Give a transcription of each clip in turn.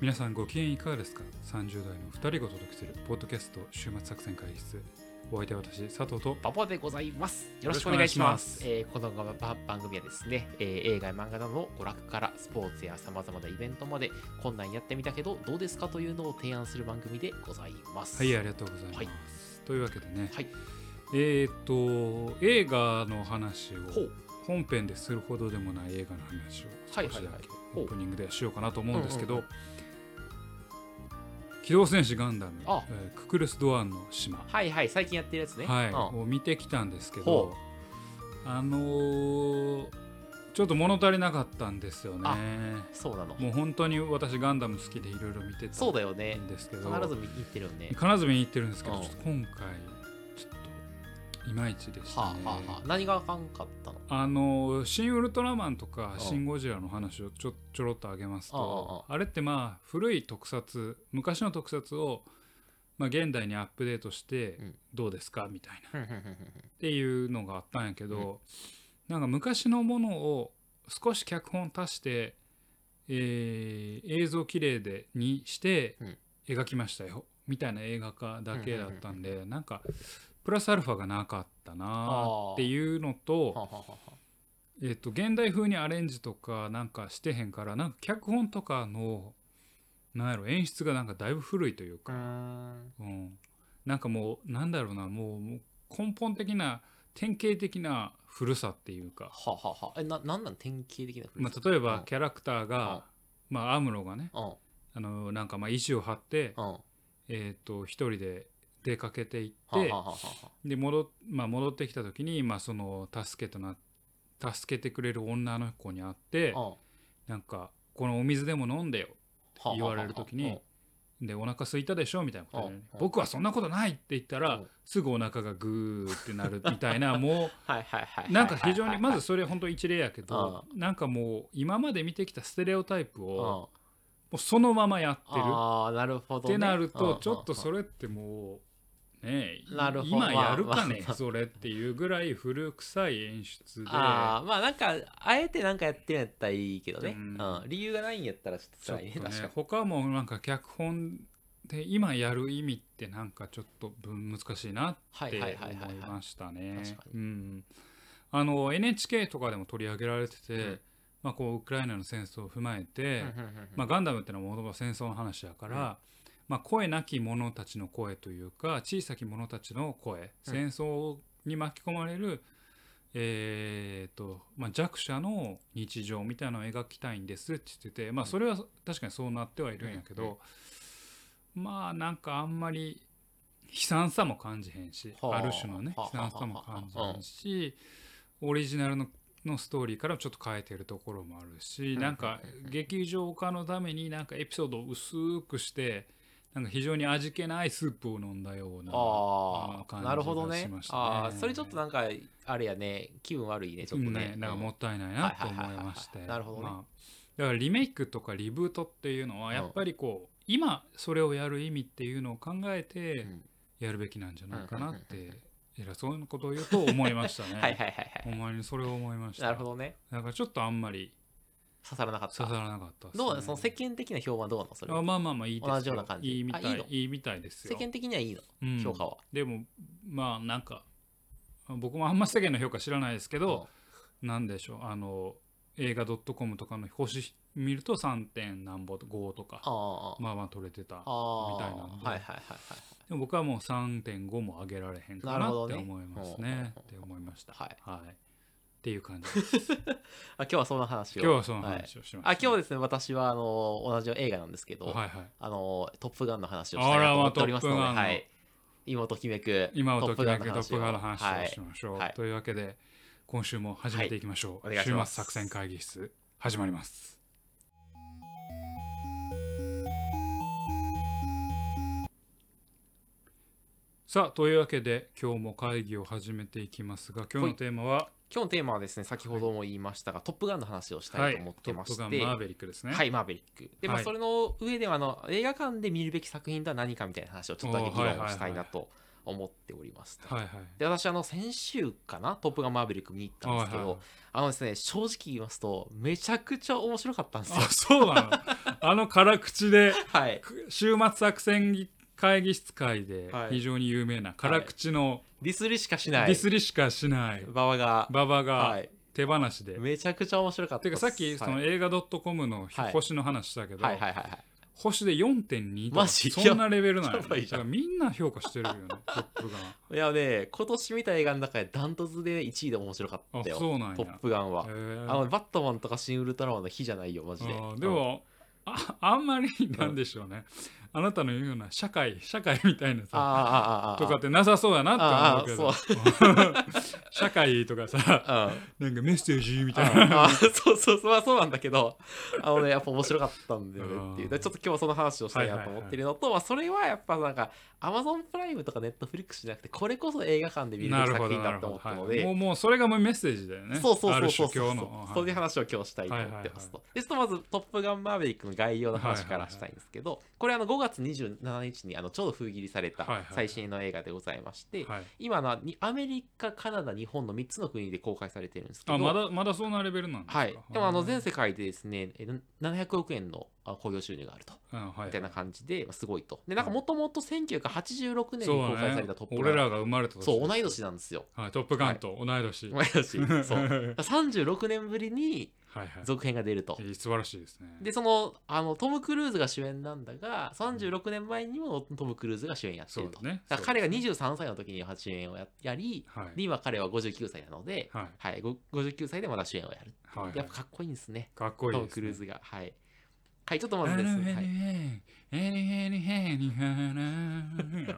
皆さんご機嫌いかがですか ?30 代の2人がお届けするポッドキャスト週末作戦会議室。お相手は私、佐藤とバボでございます。よろしくおよろしくお願願いいししまますす。えーこの番番組はですね、えー映画や漫画などの娯楽からスポーツやさまざまなイベントまで、こんなんやってみたけど、どうですかというのを提案する番組でございます。はい、ありがとうございます。はいというわけでね、はいえーっと、映画の話ほをう。本編でするほどでもない映画の話はいをは少しいだはいけ。オほーうプ。ニングでしようかなと思うんですけど、うんうん機動戦士ガンダム、えあーククルス・ドアンの島、はいはい、最近やってるやつね。はいうんを見てきたんですけどほ、あのーちょっと物足りなかったんですよね。あそうなの。もう本当に私ガンダム好きでいろいろ見てそうただよねん。ですけど必ず見に行ってるよね。必ず見に行ってるんですけど、うんちょっと今回ちょっといまいちでしたはね。あ、はあはあ、何があかんかったのあの「シン・ウルトラマン」とかう「んシン・ゴジラ」の話をちょちょろっと挙げますとうあれってまあ古い特撮昔の特撮を、まあ、現代にアップデートしてうんどうですかみたいなっふんふんふんふんていうのがあったんやけど、なんか昔のものを少し脚本足して、えー映像綺麗でにしてうん描きましたよみたいな映画化だけだったんでなんかプラスアルファがなかったなーっていうのと。はあはあはあはあえっと現代風にアレンジとかなんかしてへんからなんか脚本とかのなんやろ演出がなんかだいぶ古いといううーか、ん。うん、なんかもうなんだろうなもうもう根本的な典型的な古さっていうか、はあはあはあ。え、な、なんなん典型的な古まさあ、例えばキャラクターが、まあ、アムロがねうん。あのなんかまあ石を張って、うん。えっと一人で出かけていはあってはあはあはあで戻っ,、まあ、戻ってきた時に、まあ、その助けとな助けてくれる女の子に会って。うんはなんかこのお水でも飲んでよあはあはあ。言われる時にうんでお腹空いたでしょみたいなこと言われるねうんうん僕はそんなことないって言ったら、うんすぐお腹がグーってなるみたいなもはいはいはいはうい。なんか非常はにいはいまはいずそれ本当一例やけどなんかもう今まで見てきたステレオタイプうをんもうそのままやってるああ、なるほど、っね。てなるうんとちょっとそれってもうねえなるほど今やるかねまあそれっていうぐらい古臭い演出うんでうんああ、まあなんか、あえてなんかやってるんやったらいいけどね。ううんん。理由がないんやったらちょっとちょっ辛といね、ね確かに。他はもうなんか脚本で今やる意味ってなんかちょっと難しいなはっいては思いはいはいい、はましたね確か。にうんあの NHK とかでも取り上げられてて、うんまあ、こうウクライナの戦争を踏まえい。て、うんうんうんまあ、ガンダムってのはもともと戦争の話やから、うんまあ、声なき者たちの声というか小さき者たちの声戦争に巻き込まれる、えーとまあ、弱者の日常みたいなのを描きたいんですって言ってて、まあ、それは確かにそうなってはいるんやけど、まあなんかあんまり悲惨さも感じへんし、はあある種のねは悲あ惨さも感じへんし、オリジナルののストーリーからちょっと変えてるところもあるし、うんなんかうん劇場化のためになんかエピソードを薄くしてなんか非常に味気ないスープを飲んだようなあ感あ、じなるほどがしねま。したね。ああ、それちょっとなんか、あれやね、気分悪いね、ちょっとね。ねなんかもっったいないなと思いましてはいはいはいはいなるほどねまあだからリメイクとかリブートっていうのはやっぱりこう、今それをやる意味っていうのを考えてうんやるべきなんじゃないかなっうんうんて偉そうなことを言うと思いましたねはいはいはいほはい。んまにそれを思いましたなるほどね。だからちょっとあんまり刺さらなかっ刺た。さらなかったです、ね、どうなのその世間的な評判どうなのそれはあまあまあまあいいですよ同じような感じいいみたいあいいのいいみたいです世よ間的にはいいの、うん評価は。でもまあなんか僕もあんま世間の評価知らないですけど、なんでしょうあの映画 .com とかの星見ると3点何ぼ5とかああ、まあまあ取れてたみあたいあ、なんで、はいはいはいはい。でも僕はもう3.5も上げられへんかななるほっどてね思いますほうほうねほうって思いましたはいはいっていう感じですあ今日はその話を。今日はそのい話をしました、あ今日ですね、私はあの同じ映画なんですけど、はいはいあのトップガンの話をしたいなと思っておりますので、あらまあトップガンのはい、今ときめく今はときめくトトップガンの話はをいし、ましょう、はいというわけで今週も始めていきましょう、はいお願いし週末ます作戦会議室始まりますさあというわけで今日も会議を始めていきますが今日のテーマは今日のテーマはですね、先ほども言いましたが、トップガンの話をし「たいとは思っいてトッまプしガンマて、ーベリック」ですね。はい、マーベリック。で、まあ、はいそれの上ではあの、映画館で見るべき作品とは何かみたいな話をちょっとだけ議論をしたいなと思っております。はいはいで、私、あの、先週かな、トップガンマーベリック見に行ったんですけはいはいど、あのですね、正直言いますと、めちゃくちゃ面白かったんですよあ。そうなのあの辛口ではい。く終末作戦会議室会ではい非常に有名な辛口のディスりしかしデない。ィスりしかしない馬場が。馬場がはい。手放しで。めちゃくちゃ面白かったてでかす。さっきそのはい映画 .com のはい星の話したけどはいはいはいはい。星で4.2とマかジそんなレベルなんよやばいだじゃかんらみんな評価して るよねトップガンいやね、今年見た映画の中でダントツで1位で面白かっあたよ。そうなんトやップガンはへ。ーあの、バットマンとかシン・ウルトラマンの日じゃないよ、マジで。あーでも、ああんまりなんでしょうね、あなたの言うような社会社会みたいなうん、あさあ、ああ、ああ。とかってなさそうやなって思うけど 社会とかさうん。なんかメッセージみたいなああ、そうそうそう、まあそうなんだけど、あのね、やっぱ面白かったんだよねっていう。うんでちょっと今日はその話をしたいなはいとはいはい思ってるのと、まあそれはやっぱなんか、Amazon プライムとか Netflix じゃなくて、これこそ映画館で見るなべきる作ほど品なだると思ほったど、のはい、もで、うもうそれがもうメッセージだよねそうそうあそうるそう種そ教うそう、のそういうはい話を今日したいと思ってますと、でちょっとまず「トップガンマーヴェリック」の概要の話からしたいんですけど、これあの5月27日にあのちょうど封切りされたはいはいはい最新の映画でございまして、はい今のはにアメリカカナダ日本の3つの国で公開されてるんですけどあまだまだそんなレベルなんですかはい、でもあの全世世界でですねえ700億円のあ興行収入があると。はいみたいな感じでまあすごいと。でなんかもともと1986年にそう公開ださねれたトップ俺ガンらが生まれた年そう同い年なんですよ。はい、トップガンと同い年、同い年そうだはいから36年ぶりにはい続編が出ると。素晴らしいですねでそのあのトム・クルーズが主演なんだが36年前にもトム・クルーズが主演やってそるうと。だねだから彼がそうですね23歳の時に主演をややり、はいで今彼は59歳なので、はいはい、ご59歳でまだ主演をやる。はいはいやっぱかっこいいんですね。かっこいいトです、ム・ね、クルーズが。はい。はい、ちょっとまあずですのね。ヘはい、ニヘニヘニヘニヘニ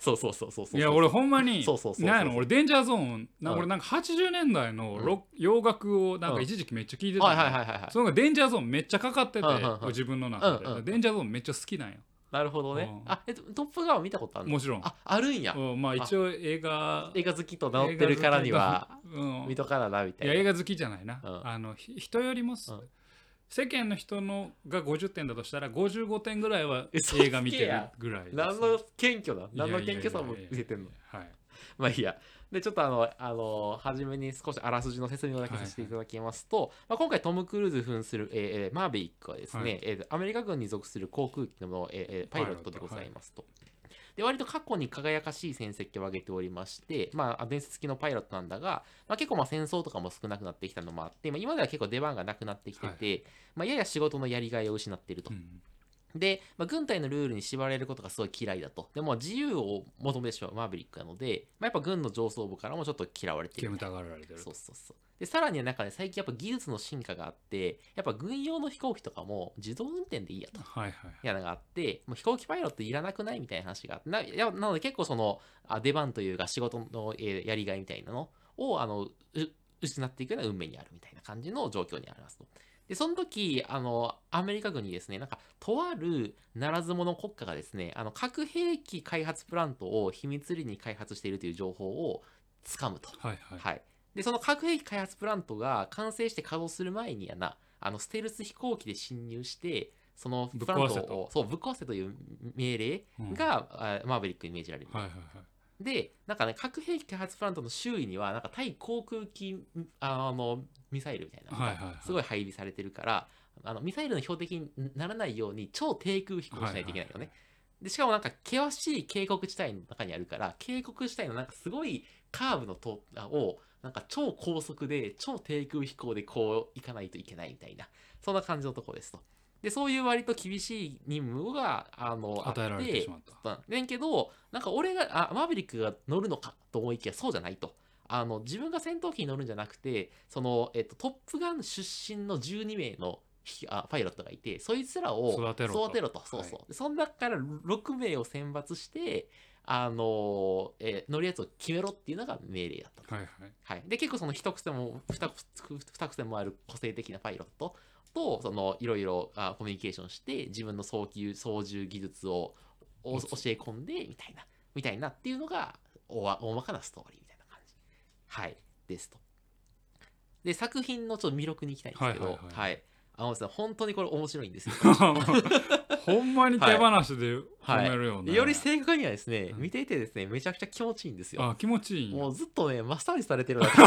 そうそうそうそうそう。いや俺ほんまにそうそうそうそうなんやろ俺デンジャーゾーンなうん俺なんか80年代のロ洋楽をなんうかん一時期めっちゃ聞いてたのはいはいはいはいはい。その方がデンジャーゾーンめっちゃかかっててうんうんうん自分の中でうんうんデンジャーゾーンめっちゃ好きなんよなるほどね。うんあ、えっと、トップガンは見たことあるのもちろんあ、あるんや。うんまあ一応映画映画好きと名乗ってるからには、うん見とかななみたいいやな。映画好きじゃないな、うんあのひ人よりもす、うん世間の人のが50点だとしたら55点ぐらいは嘘映画見てつけるやぐらいです何の謙虚だいや何の謙虚さもいやいやいや見せてんのはい まあいいや。で、ちょっとあの、あの、初めに少しあらすじの説明をだけさせていただきますと、まあ、今回トム・クルーズ扮する、えーえーマーベリックはですね、はいえーアメリカ軍に属する航空機の、えーえーパイロットでございますと。で割と過去に輝かしい戦績を上げておりまして、まあ、伝説級のパイロットなんだが、まあ、結構まあ戦争とかも少なくなってきたのもあって、まあ、今では結構出番がなくなってきてて、まあ、やや仕事のやりがいを失っているとう。んで、まあ、軍隊のルールに縛られることがすごい嫌いだと。でも自由を求めてしまうマーヴェリックなので、まあ、やっぱ軍の上層部からもちょっと嫌われてる煙。たがられてるそうそうそう。で、さらになんかね、最近やっぱ技術の進化があって、やっぱ軍用の飛行機とかも自動運転でいいやと。はいはいみたいなのがあって、もう飛行機パイロットいらなくないみたいな話があって、ないやなので結構そのあ出番というか仕事の、えーやりがいみたいなのをあのう失っていくような運命にあるみたいな感じの状況にありますと。で、その時、あの、アメリカ軍にですね、なんか、とあるならず者国家がですね、あの、核兵器開発プラントを秘密裏に開発しているという情報を掴むと。はいはいはい、でその核兵器開発プラントが完成して稼働する前にやなあのステルス飛行機で侵入してそのぶっプラン壊せトとをそうぶっ壊せという命令うんが、あマーヴェリックに命じられる、はいはいはいでなんかね核兵器開発プラントの周囲にはなんか対航空機あのミサイルみたいなのはいはいはがいすごい配備されてるから、あのミサイルの標的にならないように超低空飛行しないといけないよね、はいはいはいでしかもなんか険しい渓谷地帯の中にあるから渓谷地帯のなんかすごいカーブのとあをなんか超高速で超低空飛行でこう行かないといけないみたいなそんな感じのところですと。でそういう割と厳しい任務があの与えられてしあまっってうんねんけどなんか俺があマーヴェリックが乗るのかと思いきやそうじゃないと。あの自分が戦闘機に乗るんじゃなくてその、えっと、トップガン出身の12名のひあパイロットがいてそいつらを育てろとそうそう、でその中から6名を選抜してあの、えー乗るやつを決めろっていうのが命令だったとたはいはいはい、で結構その一癖も二癖二癖もある個性的なパイロットとそのいろいろあコミュニケーションして自分の操縦操縦技術をお教え込んでみたいなみたいなっていうのがおわ大まかなストーリーみたいな感じはいですとで作品のちょっと魅力に行きたいんですけどははいいはいはいあのですね本当にこれ面白いんですよ ほんまに手放しで褒めるよね、より正確にはですねうん見ていてですねめちゃくちゃ気持ちいいんですよあ気持ちいいんやもうずっとねマッサージされてるわけ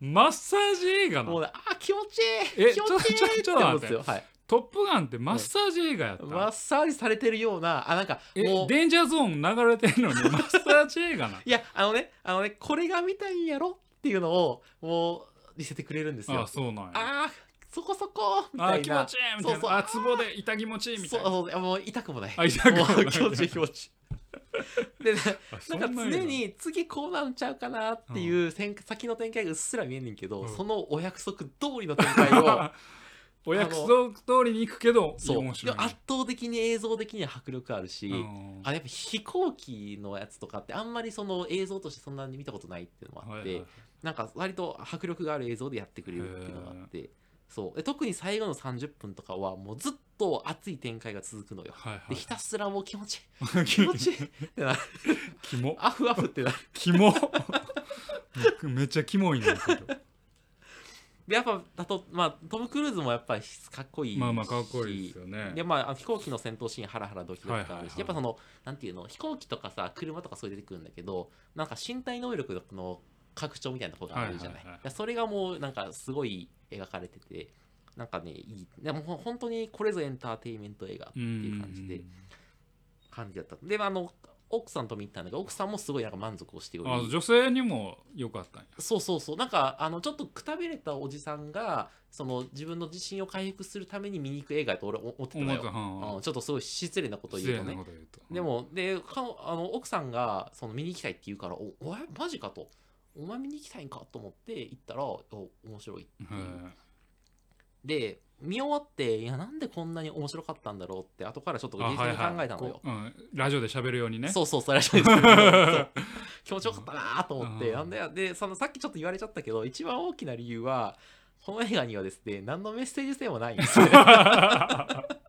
マッサージ映画なもうのねあー気持ちいいえ気持ちいいっちてょちょちょっと思うん待でっすてよはいトップガンってマッサージ映画やった、マッサージされてるようなあなんかえもうデンジャーゾーン流れてんのに マッサージ映画ないやあのねあのねこれが見たいんやろっていうのをもう見せてくれるんですよあそうなんやあーそこそこみあたい気持なちいいみたいなそうそうあツボで痛気持ちいいみたそいうなそうもう痛くもないあ痛くもないもう気持ちいい気 持ちいいであなそんかんな常に次こうなんちゃうかなっていう先、先の展開がうっすら見えんねんけど、うんそのお約束通りの展開映 を画 お約束通りに行くけどそう面白いでも圧倒的に映像的には迫力あるし、うんあやっぱ飛行機のやつとかってあんまりその映像としてそんなに見たことないっていうのもあはっいて、はいはいなんか割と迫力がある映像でやってくれるっていうのがあってそうで特に最後の30分とかはもうずっと熱い展開が続くのよはいはいでひたすらもう気持 ちいい気持ちいいってなキモあふあふってなキモ めっちゃキモいんだけどでやっぱだと、まあ、トム・クルーズもやっぱかっこいいしまあまあかっこいいですよねでまあ、あの飛行機の戦闘シーンハラハラドキドキ感あるし、はいはいはいやっぱそのなんていうの飛行機とかさ車とかそういう出てくるんだけどなんか身体能力の拡張みたいなところがあるじゃはない,、いはいはいそれがもうなんかすごい描かれててなんかねいいでもほ本当にこれぞエンターテインメント映画ってうんいう感じで感じだったで、まあ、あの奥さんと見に行ったんだけど奥さんもすごいなんか満足をしておりあ女性にも良かったんやそうそうそうなんかあのちょっとくたびれたおじさんがその自分の自信を回復するために見に行く映画やと俺思ってたの思っよた、うはん、ちょっとすごい失礼なことあ、を失言う礼となねこと言うとでもでかあの奥さんがその見に行きたいって言うからおお前マジかとお前見に行きたいんかと思って行ったらお面白いってういうんで見終わっていやなんでこんなに面白かったんだろうって後からちょっと冷静に考えたのよ、こううん、ラジオで喋るようにねそう そう、それらしいんですけど そう気持ちよかったなーと思って、うんなんだよ。で、そのさっきちょっと言われちゃったけど、一番大きな理由は、この映画にはですね、何のメッセージ性もないんですよ。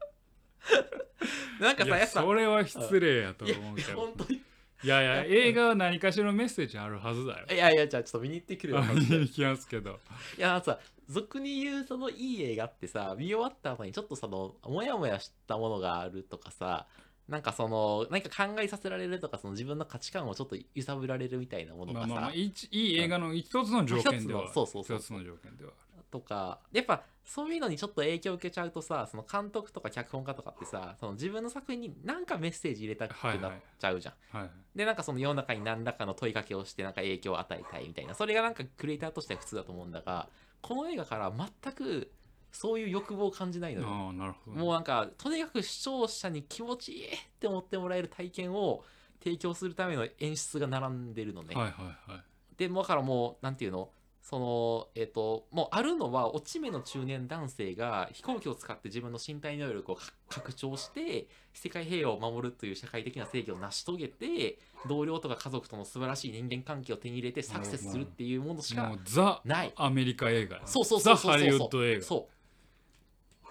なんかいさ、ややっぱ、それは失礼やといや思うけど本当に、いやいや映画は何かしらのメッセージあるはずだよいやいや、じゃあちょっと見に行ってくるよ。マジで行きますけどいや、あのさ、俗に言う、そのいい映画ってさ、見終わった後にちょっとその、もやもやしたものがあるとかさ、なんかその、何か考えさせられるとか、その自分の価値観をちょっと揺さぶられるみたいなものまがあさ、まあまあ一いい映画の一つの条件ではある一つのそうそうそう一つの条件ではあとかやっぱそういうのにちょっと影響を受けちゃうとさその監督とか脚本家とかってさその自分の作品に何かメッセージ入れたくはいはないっちゃうじゃん。るはいでなんかその世の中に何らかの問いかけをしてなんか影響を与えたいみたいなそれがなんかクリエイターとしては普通だと思うんだがこの映画から全くそういう欲望を感じないのよ。ああなるほどねもうなんかとにかく視聴者に気持ちいいって思ってもらえる体験を提供するための演出が並んでるのね。はいはいはいでもうだからもうなんていうのそのえっ、ともうあるのは落ち目の中年男性が飛行機を使って自分の身体能力をか拡張して世界平和を守るという社会的な正義を成し遂げて同僚とか家族との素晴らしい人間関係を手に入れてサクセスするっていうものしもかうザないアメリカ映画そうそうそうそうザ・ハそうリウッド映画そう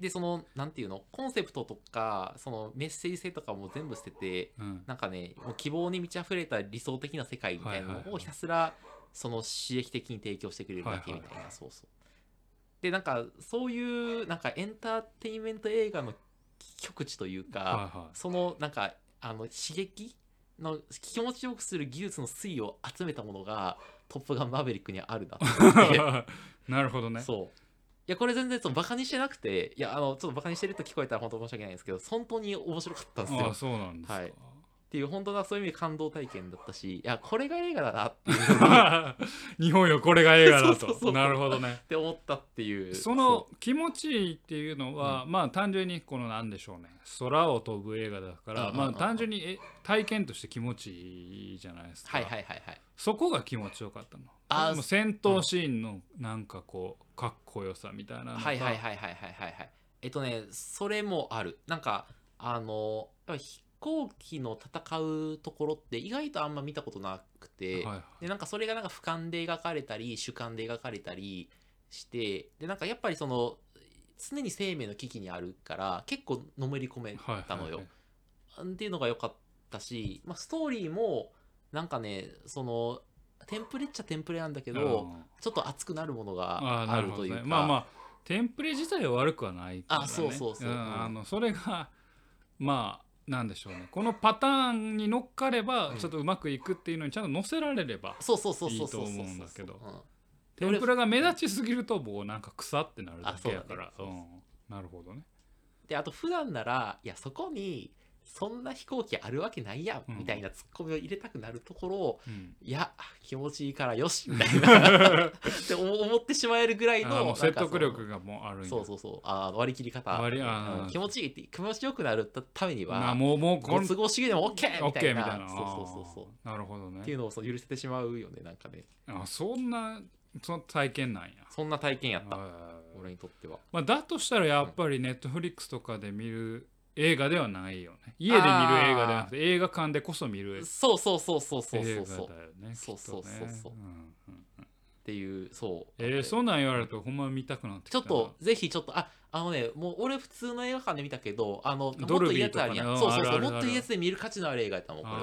でそのなんていうのコンセプトとかそのメッセージ性とかも全部捨ててうんなんかねもう希望に満ち溢れた理想的な世界みたいなはいはいのはをいひたすらその刺激的に提供してくれるだけみたいな、はいはいそうそうでなんかそういうなんかエンターテインメント映画の極地というか、はいはいそのなんかあの刺激の気持ちよくする技術の推移を集めたものが「トップガンマーヴェリック」にはあるなと思って なるほどね。そういやこれ全然そのバカにしてなくていやあのちょっとバカにしてると聞こえたら本当申し訳ないんですけど本当に面白かったんですよああ、そうなんですか。はいっていう本当だそういう意味で感動体験だったしいやこれが映画だなっ 日本よ、これが映画だ そうそうそと。うなるほどね。て思ったっていうその気持ちいいっていうのは、まあ単純にこのなんでしょうね空を飛ぶ映画だかうんら、うんうんまうあん単純にえ体験として気持ちいいじゃないですか、はいはいはいはいそこが気持ちよかったのあーでも戦闘シーンのなんかこうかっこよさみたいなのがはいはいはいはいはいはいはいえっとねそれもあるなんかあのやっぱ飛行機の戦うところって意外とあんま見たことなくて、はいでなんかそれがなんか俯瞰で描かれたり主観で描かれたりしてでなんかやっぱりその常に生命の危機にあるから結構のめり込めはいたはのいよ、っていうのが良かったし、まあ、ストーリーもなんかねそのテンプレっちゃテンプレなんだけど、うんちょっと熱くなるものあーがなあるるほとどいうねかまあまあテンプレ自体は悪くはないから、ね、あそうそうそうんうんあのそれがまあなんでしょうねこのパターンに乗っかればうんちょっとうまくいくっていうのにちゃんと乗せられれば、そうそうそうそうそういいとそう思うんだけどうん天ぷらが目立ちすぎるともうなんか腐ってなるだけやからあそうだねうんなるほどねであと普段ならいやそこにそんな飛行機あるわけないやんみたいなツッコミを入れたくなるところを、 うんいや気持ちいいからよしみた いなって思思ってしまえるぐらいあのもう説なんかそ得の力がもうあるんやそうそうそうあー割り切り方割りあーうん気持ちいいって気持ちよくなるためになはもうもうごん都合主義でも OK オみッたケーいみなたいなそうそうそうそうあーなるほどっていねうのをそう許せてしまうよねなんかねあそんなその体験なんやそんな体験やったはい俺にとってはまあ、だとしたらやっぱりネットフリックスとかで見る映画ではないよね家で見る映画ではなくて映画館でこそ見るそうそうそうそうそう映そう画そうっだよねそうそうそうそうきっとねんうんていうそうえー、そんなん言われるとほんま見たくなってきちたょなっとぜひちょっとああのねもう俺普通の映画館で見たけどあのもっドルとビいーいやとつかあねるやんそうそあうるあそうるあるもっといいやつで見る価値のある映画やったもんこれは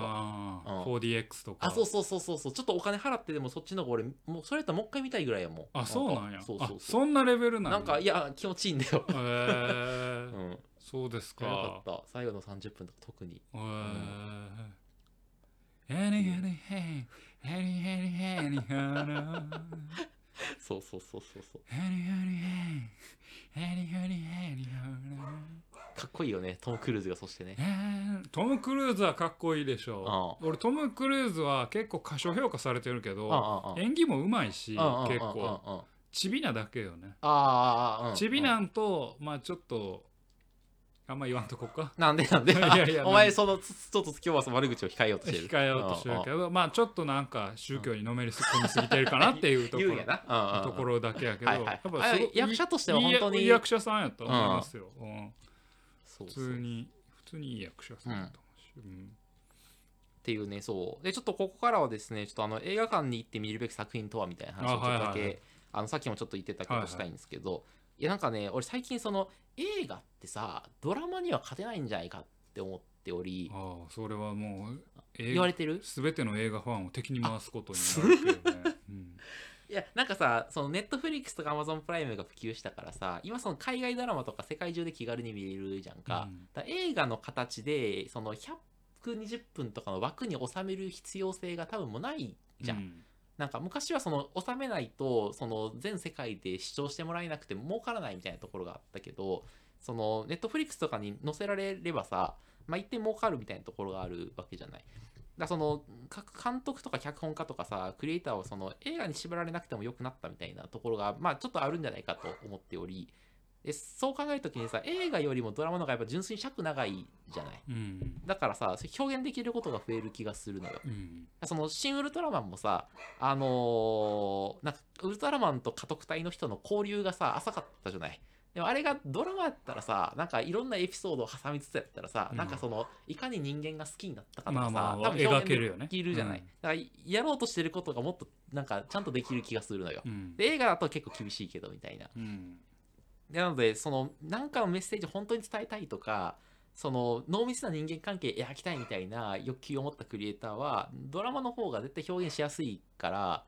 あーう 4DX とかあそうそうそうそうそうちょっとお金払ってでもそっちの方が俺もうそれやったらもう一回見たいぐらいやもんあそうなんやかそうそあうそうそんなレベルなんやなんかいや気持ちいいんだよえーうんよそうですかかった最後の30分とか特にえーヘリヘリヘリヘリヘリヘリヘリそうそうそうそうそうヘリヘリヘリヘリヘリヘリかっこいいよねトム・クルーズがそしてねヘリトム・クルーズはかっこいいでしょ俺トム・クルーズは結構過小評価されてるけうんうんどうん演技もうまいしうん結うんうんうん構うんうんチビなだけよねあーあーあーうんチビなんとまあちょっとあんま言わんとこ かなんでなんでいやいやお前そのつちょっと今日はその悪口を控えようとしてる控えようとしてるけどまあちょっとなんか宗教にのめり込みすぎてるかなっていうとこ言うんやろなところろだけやけどはいはいあ役者としては本当にいい役者さんやと思いますようんそう普そう通に普通にいい役者さんだと思うし、うんっていうねそうでちょっとここからはですねちょっとあの映画館に行って見るべき作品とはみたいなあ話をちょっとだはいはいはけあのさっきもちょっと言ってたけはいはどいしたいんですけどいやなんかね俺最近その映画ってさドラマには勝てないんじゃないかって思っておりああそれはもう映言われてる全ての映画ファンを敵に回すことになるけ どね、うんいやなんかさそのネットフリックスとかアマゾンプライムが普及したからさ今その海外ドラマとか世界中で気軽に見れるじゃんか、うんだから映画の形でその120分とかの枠に収める必要性が多分もうないじゃん。うんなんか昔はその収めないとその全世界で視聴してもらえなくて儲からないみたいなところがあったけどそのネットフリックスとかに載せられればさまあ一定儲かるみたいなところがあるわけじゃない。だからその各監督とか脚本家とかさクリエイターはその映画に縛られなくても良くなったみたいなところがまあちょっとあるんじゃないかと思っておりでそう考えるときにさ映画よりもドラマの方がやっぱ純粋に尺長いじゃないうんだからさそう表現できることが増える気がするのようんその新ウルトラマンもさあのーなんかウルトラマンと家督隊の人の交流がさ浅かったじゃないでもあれがドラマやったらさなんかいろんなエピソードを挟みつつやったらさ、うんなんかそのいかに人間が好きになったかとかまあさ、まあ多分描表けるよ現ねできるじゃない、うんだからやろうとしてることがもっとなんかちゃんとできる気がするのよ、うんで映画だと結構厳しいけどみたいなうんでなのでその何かのメッセージを本当に伝えたいとかその濃密な人間関係描きたいみたいな欲求を持ったクリエイターはドラマの方が絶対表現しやすいから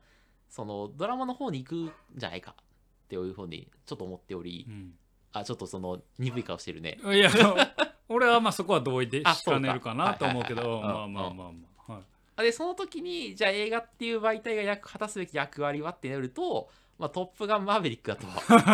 そのドラマの方に行くんじゃないかっていうふうにちょっと思っており、うんあちょっとその鈍い顔してるねいや 俺はまあそこは同意であしかねるかなとそうか思うけどはいはいまはあいまあまあまあ、はい、あでその時にじゃあ映画っていう媒体が役果たすべき役割はってなると、まあ、トップガンマーヴェリ ックだ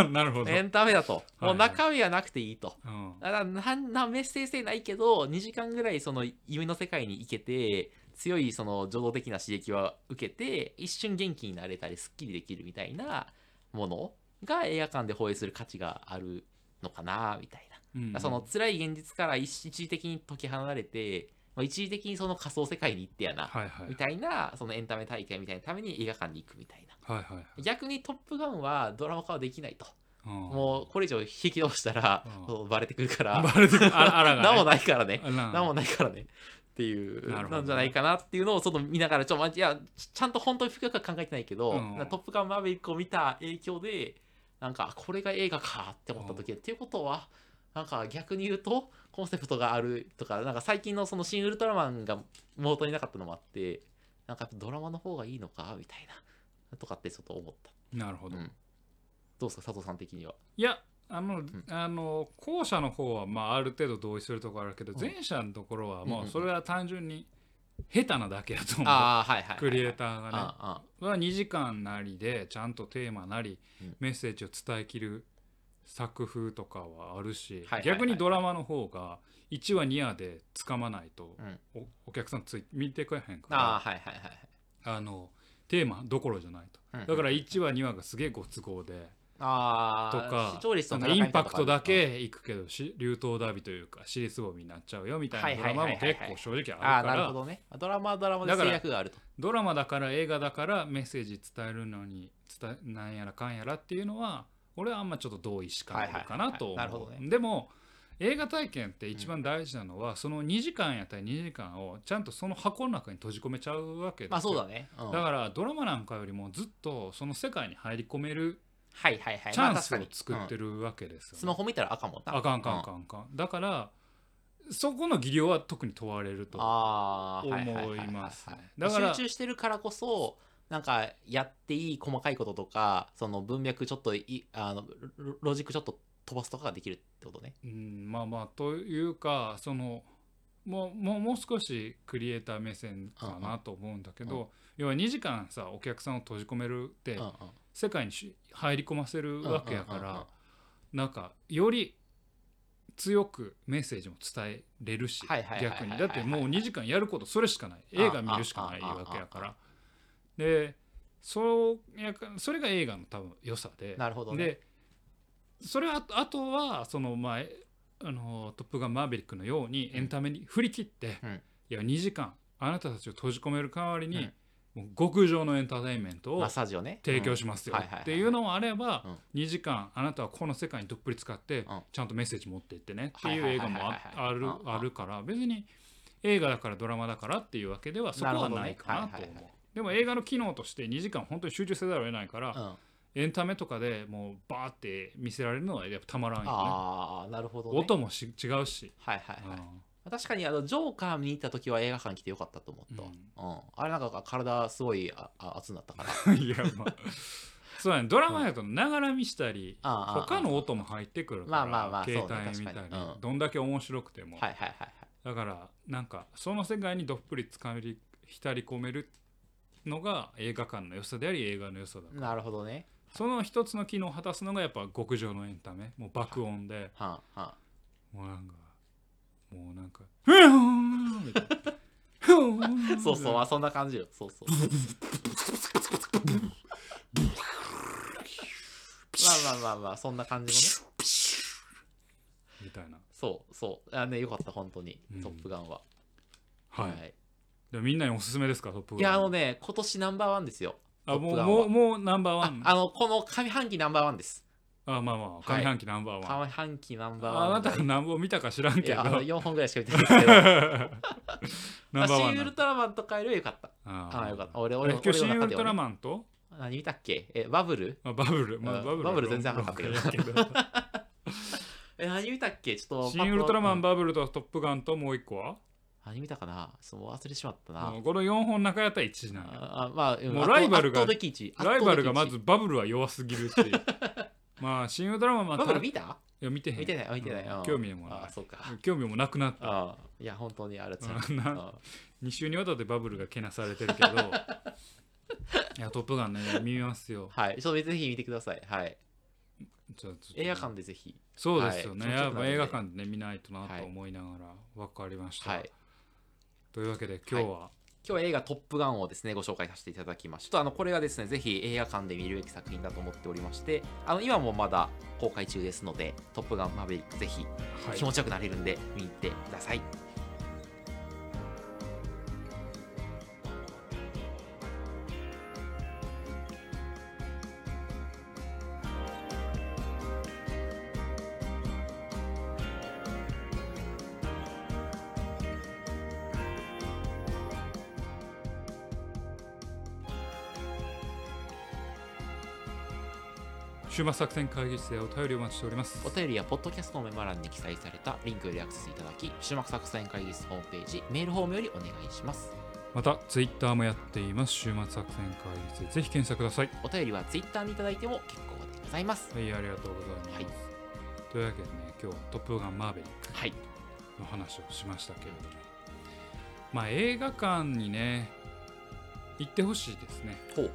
となるほど、エンタメだともはういはい中身はなくていいと。うんだからなんなんメッセージ性ないけど2時間ぐらいその夢の世界に行けて強いその情動的な刺激は受けて一瞬元気になれたりすっきりできるみたいなものが映画館で放映する価値があるのかなみたいな、うんだからその辛い現実から一時的に解き放たれて、まあ、一時的にその仮想世界に行ってやな、はいはいみたいなそのエンタメ体験みたいなために映画館に行くみたいなはいはいはい逆に「トップガン」はドラマ化はできないと。うんもうこれ以上引き倒したらうんそうバレてくるか らバレてくるああ らがね何もないからねあな何もないからねっていうなるほどねなんじゃないかなっていうのをちょっと見ながらちょっとまいやちちゃんと本当に深くは考えてないけどうん「なんかトップガンマーヴェリック」を見た影響でなんかこれが映画かって思った時っていうことはなんか逆に言うとコンセプトがあるとかなんか最近のその「シン・ウルトラマン」が元になかったのもあってなんかやっぱドラマの方がいいのかみたいなとかってちょっと思った。なるほど、うんどうですか佐藤さん的には。いやあの、んあの後者の方はまあある程度同意するところあるけど、うん前者のところはうんもうんうそれは単純に下手なだけやと思う、ああはいはいはい、クリエイターがねああああは2時間なりでちゃんとテーマなり、うんメッセージを伝えきる作風とかはあるし、はいはいはい逆にドラマの方が1話2話でつかまないとうん、おお客さんつい見てくれへんからああはいはいはいあのテーマどころじゃないとはいうん。だから1話2話がすげえご都合であとーか視聴率なのん戦かいみイたいンなパクとこあるトだけいくけどし流頭ダビというかシリーズボミになっちゃうよみたいなドラマも結構正直あああるなかるほらどねドラマはドラマで制約があるとドラマだから映画だからメッセージ伝えるのに伝えなんやらかんやらっていうのは俺はあんまちょっと同意しかないかなとはいはいはいはいなるほ思どねうでも映画体験って一番大事なのは、その2時間やったり2時間をちゃんとその箱の中に閉じ込めちゃうわけですよまあそうだね、うんだからドラマなんかよりもずっとその世界に入り込めるはいはいはいチャンスを作まあっ確かてにるわけですうんスよ、マねホ見たらあかんもんなあかんあかんうあかんあかん、だからそこの技量は特に問われるとあーははは思はいますねだだかからら集中してるからこそなんかやっていい細かいこととかその文脈ちょっといあのロロジックちょっと飛ばすとかができるってことねうん、まあまあというかそのもうもうもう少しクリエイター目線かなと思うんだけど、うんう要は2時間さお客さんを閉じ込めるって、うんうん世界にし入り込ませるわけやから、うんうんうんうんなんかより強くメッセージも伝えれるしはいはいはいはいは逆いにだってもう2時間やることそれしかないあ映画見るしかないああわけやかあらでそうやかそれが映画の多分良さでなるほどねでそれはあとあとはその前あの「トップガンマーヴェリック」のようにエンタメに振り切って、うんいや2時間あなたたちを閉じ込める代わりうにん、もう極上のエンターテインメントをマッサージをね提供しますようんはいはいはいっていうのもあれうばん2時間あなたはこの世界にどっぷり使ってんちゃんとメッセージ持っていってねってはいいうはい映はい画はいもはいああるうんうんあるから別に映画だからドラマだからっていうわけではそこなるはほどねないかなはといはい思。はいうでも映画の機能として2時間本当に集中せざるを得ないから、うんあエンタメとかでもうバーって見せられるのはやっぱたまらんよね。あーなるほどね音もし違うし、はいはいはいうん確かにあのジョーカー見に行った時は映画館来てよかったと思った、ううんんあれなんか体すごいああ熱になったから いやまあそうだねドラマやとながら見したりああああ他の音も入ってくるから、まあまあまあそうね携帯見たり、確かにうんどんだけ面白くても、はいはいはいだからなんかその世界にどっぷりつかみり浸り込めるのが映画館の良さであり映画の良さだはいなるほどねその一つの機能を果たすのがやっぱ極上のエンタメもう爆音で、はあ、はもうなんかもうなん か「ふぅーん!」みたいなふぅーあ、んそうそう、まあそんな感じよそうそうまあまあまあまあそんな感じのねみたいなそうそうあねよかった本当に「うんトップガンは」はい、でもみんなにおすすめですかトップガンいやあのね今年ナンバーワンですよあトッもうプガンもはうもうナンバーワあンあのこの上半期ナンバーワンですあまあまあ上半期ナンバーワン、上半期ナンバーあワなンたが何本見たか知らんいけどやあナのン4本ぐらいしか見てないですけど まバあーワンシン・ウルトラマンとかよりはよかった。あああ、よかった。俺、俺俺、今日俺シのン・ウ中ルでトラは、ね。マンと、何見たっけえ、バブルまあ、バブル、まあ、うんバブルバブル全然わかんなかったけ どえ、何見たっけちょっと。シン・ウルトラマン、ババブルとトップガンともう一個は何見たかなそう忘れてしまったなも。うこの4本中やったら1なんやああまあ、んもうライバルが圧倒的一位圧倒ライ的一位バルがまずバブルは弱すぎるし まあシン・ウルトラマンはバブルたい見たや見てへん見てない、見てない。うんうん興味もあなあ、そうか。い興味もなくなったああいや、本当にあれつらいうんなうん2週にわたってバブルがけなされてる けどいやトップガンね見ますよはい、ちょっとぜひ見てください。はい。ちょちょ映画館でぜひ。そうですよね、はいやっぱはい映画館でね見ないとなはいと思いながら分かりました、はい。というわけで今日は、今日は映画「トップガン」をですねご紹介させていただきましたちょっとあのこれがですねぜひ映画館で見るべき作品だと思っておりましてあの今もまだ公開中ですので「トップガンマーヴェリック」ぜひはい気持ちよくなれるんで見に行ってください、週末作戦会議室でお便りお待ちしておりますお便りやポッドキャストのメモ欄に記載されたリンクよりアクセスいただき週末作戦会議室ホームページメールフォームよりお願いしますまたツイッターもやっています週末作戦会議室でぜひ検索くださいお便りは Twitter にいただいても結構ですございます。はい、ありがとうございます。はいというわけでね、今日はトップガンマーベリッはい。クの話をしましたけれども、まあ映画館にね、行ってほしいですね。ほう。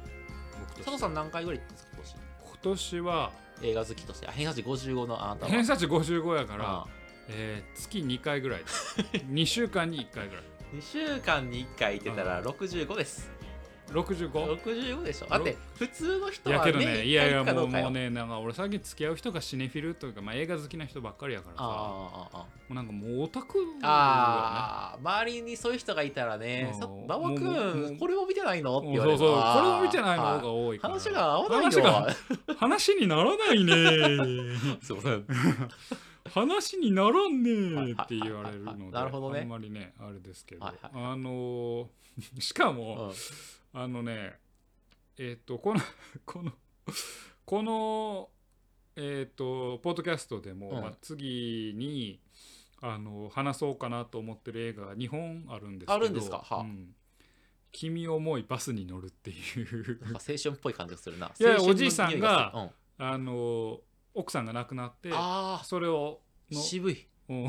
僕とし佐藤てさはん何回ぐらい行ってんですか、今今年は年。映画好きとして。あ、偏差値55のあなたは。偏差値55やか、からえー月2回ぐ らいです。2週間に1回ぐらい。 2週間に1回行ってたら65です。 65? 65でしょ。だって、普通の人やはけね、どね、い一や回い行やくかもどううかよもう。ね、なんか俺最近付き合う人がシネフィルというか、まあ、映画好きな人ばっかりやからさ、もあーあーあーうなんかもうオタクよねあー周りにそういう人がいたらねう、んさ馬場もうもう君、これも見てないのってもう言わそうれるそう、これを見てないのあー方が多いから。話が合わない話のが は。話にならないねすいません。話にならんねって言われるのでなるほどねあんまりねあれですけど、はいはいあのー しかも、あのねえっ、とこの このこのえっ、とポッドキャストでも、うんまあ、次にあの話そうかなと思ってる映画が2本あるんですけどあるんですかはあうん君を思いバスに乗るっていう なんか青春っぽい感じがするな。いや青春のおじいさんが匂いすあの奥さんが亡くなってるうん、あそれをあ、の渋い。うん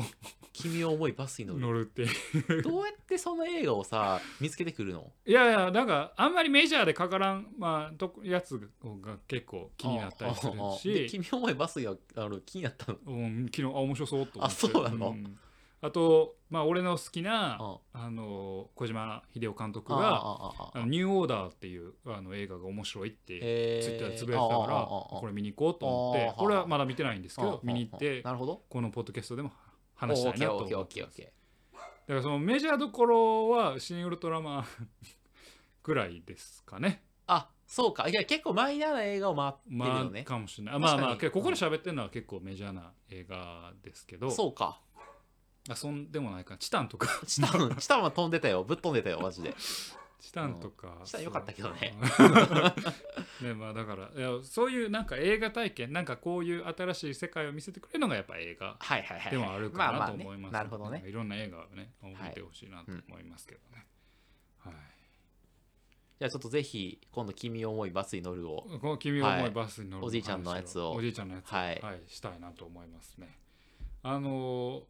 君を思いバスに乗る。乗るっていうどうやってその映画をさ、見つけてくるのいやいやなんかあんまりメジャーでかからん、まあ、とこやつが結構気になったりするああああしで君を思いバスがあの気になったの。うん昨日あ面白そうと思ってあそうなのんあと、まあ、俺の好きなああの小島秀夫監督あがああのニューオーダー」っていうあの映画が面白いってえツイッターでつぶやいてたからこれ見に行こうと思ああってああこれはまだ見てないんですけあああどあ見に行ってなるほど。このポッドキャストでも話したいなと思オーケーオっーケてーオーケーオますーだケからそのメジャーどころは「シン・ウルトラマン」 ぐらいですかね。ーあ、そうか。いや、結構マイナーな映画を回ってるまよあ、ね。かもしれない。確まかあにまあ、けどここで喋ってるのは結構メジャーな映画ですけど、そうか。あそんでもないか、チタンとか、チタ ン、チタンは飛んでたよ。ぶっ飛んでたよ、マジで。チタンとか、チタン良かったけどね そう。ね、まあだから、いやそういうなんか映画体験、なんかこういう新しい世界を見せてくれるのがやっぱ映画はいはいはい。でもあるかまなあとまあね思います。なるほどなんねか。いろんな映画をね、見てほしいなと思いますけどね。はい。じゃあちょっとぜひ、今度、君を思いバスに乗るを。この君を思いバスに乗る話を、はいおじいちゃんのやつをおじいちゃんのやつを、ははいいしたいなと思いますねあのー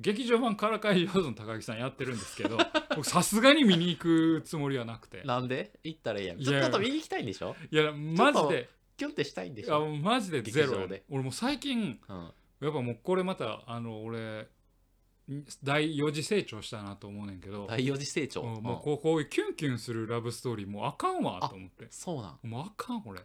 劇場版からかい上手の高木さんやってるんです けど僕さすがに見に行くつもりはなくてなんで行ったらいいやん。いちょやちょっと見に行きたいんでしょいやマジでキュンってしたいんでいしやょマジでゼ劇ロ場で俺もう最近うん。やっぱもうこれまたあの俺ん第4次成長したなと思うねんけど第四次成長。うんもううんこうこういうキュンキュンするラブストーリーもうあかんわと思ってそうなんもうあかん俺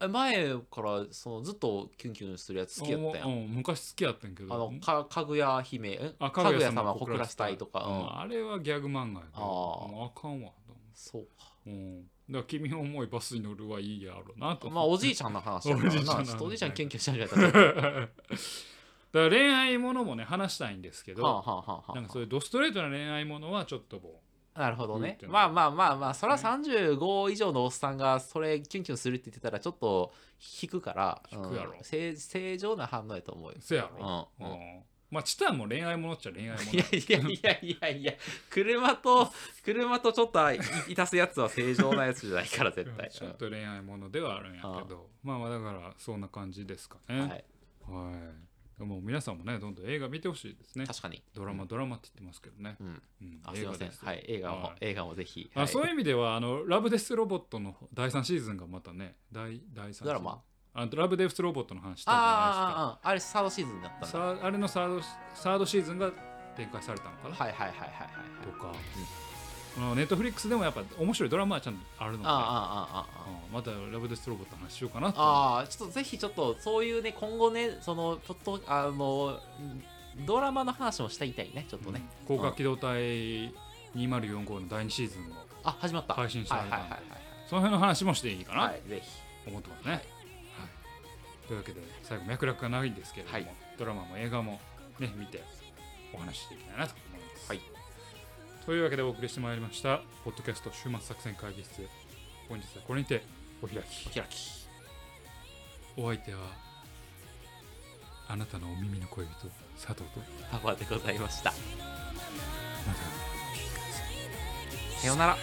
え。前からそのずっとキュンキュンするやつ好きやったや。うんん昔好きやったんけどあの、かかぐや姫、えあかぐや様を告らせたいとか。ううんんあれはギャグ漫画やけどあーもうあかんわと思そうか。う、うん、だから君の思いバスに乗るはいいやろうなとまあ、思おってじいちゃんの話だからおじいちゃんのな。話ちょっとおじいちゃんキュンキュンし始め ただら。から恋愛ものもね話したいんですけど、はあはあはあなんはかそういうドストレートな恋愛ものはちょっともあ。なるほどうんっねて。なるまあまあまあまあ、それは35以上のおっさんがそれキュンキュンするって言ってたらちょっと引くから、引くやろうんせ正常な反応やと思うよう。せやうろ、ん。うんうんまあチタンも恋愛ものっちゃ恋愛ものいやいやいやいやいや、車と、車とちょっといいたすやつは正常なやつじゃないから、絶うん対。ちょっと恋愛ものではあるんやけどまあまあだからそんな感じですかうねんは、はいい、もう皆さんもねどんどん映画見てほしいですね確かに。ドラマ、ドラマって言ってますけどね、うん。うんあ、すいません。ですよはい、映画もは、い映画もぜひ。あそういうう意味ではあのラブデスロボットの第3シーズンがまたね第第3シーズンドラマあラブデスロボットの話したじゃあああああ、あれ、サードシーズンだっないでたすかんだ。はいさあれのサードサードシーズンが展開されたのかな、はいはいはいはいとはい。か、ネットフリックスでもやっぱ面白いドラマはちゃんとあるのでああああああああ。うんまたラブデスロボットの話しようかなとああ、ちょっとぜひちょっと、そういうね、今後ね、その、ちょっと、あの、ドラマの話もしたいたいね、ちょっとね。高架機動隊2045の第2シーズンをあ、始まった。配信されたんはいではいはいその辺の話もしていいかな、はい。はい、ぜひ。思ってますね。はい、というわけで最後脈絡がないんですけれども、はいドラマも映画も、ね、見てお話ししていきたいなと思います。はいというわけでお送りしてまいりました「ポッドキャスト週末作戦会議室」本日はこれにてお開きお開き。お相手はあなたのお耳の恋人佐藤とパパでございました。またさようなら。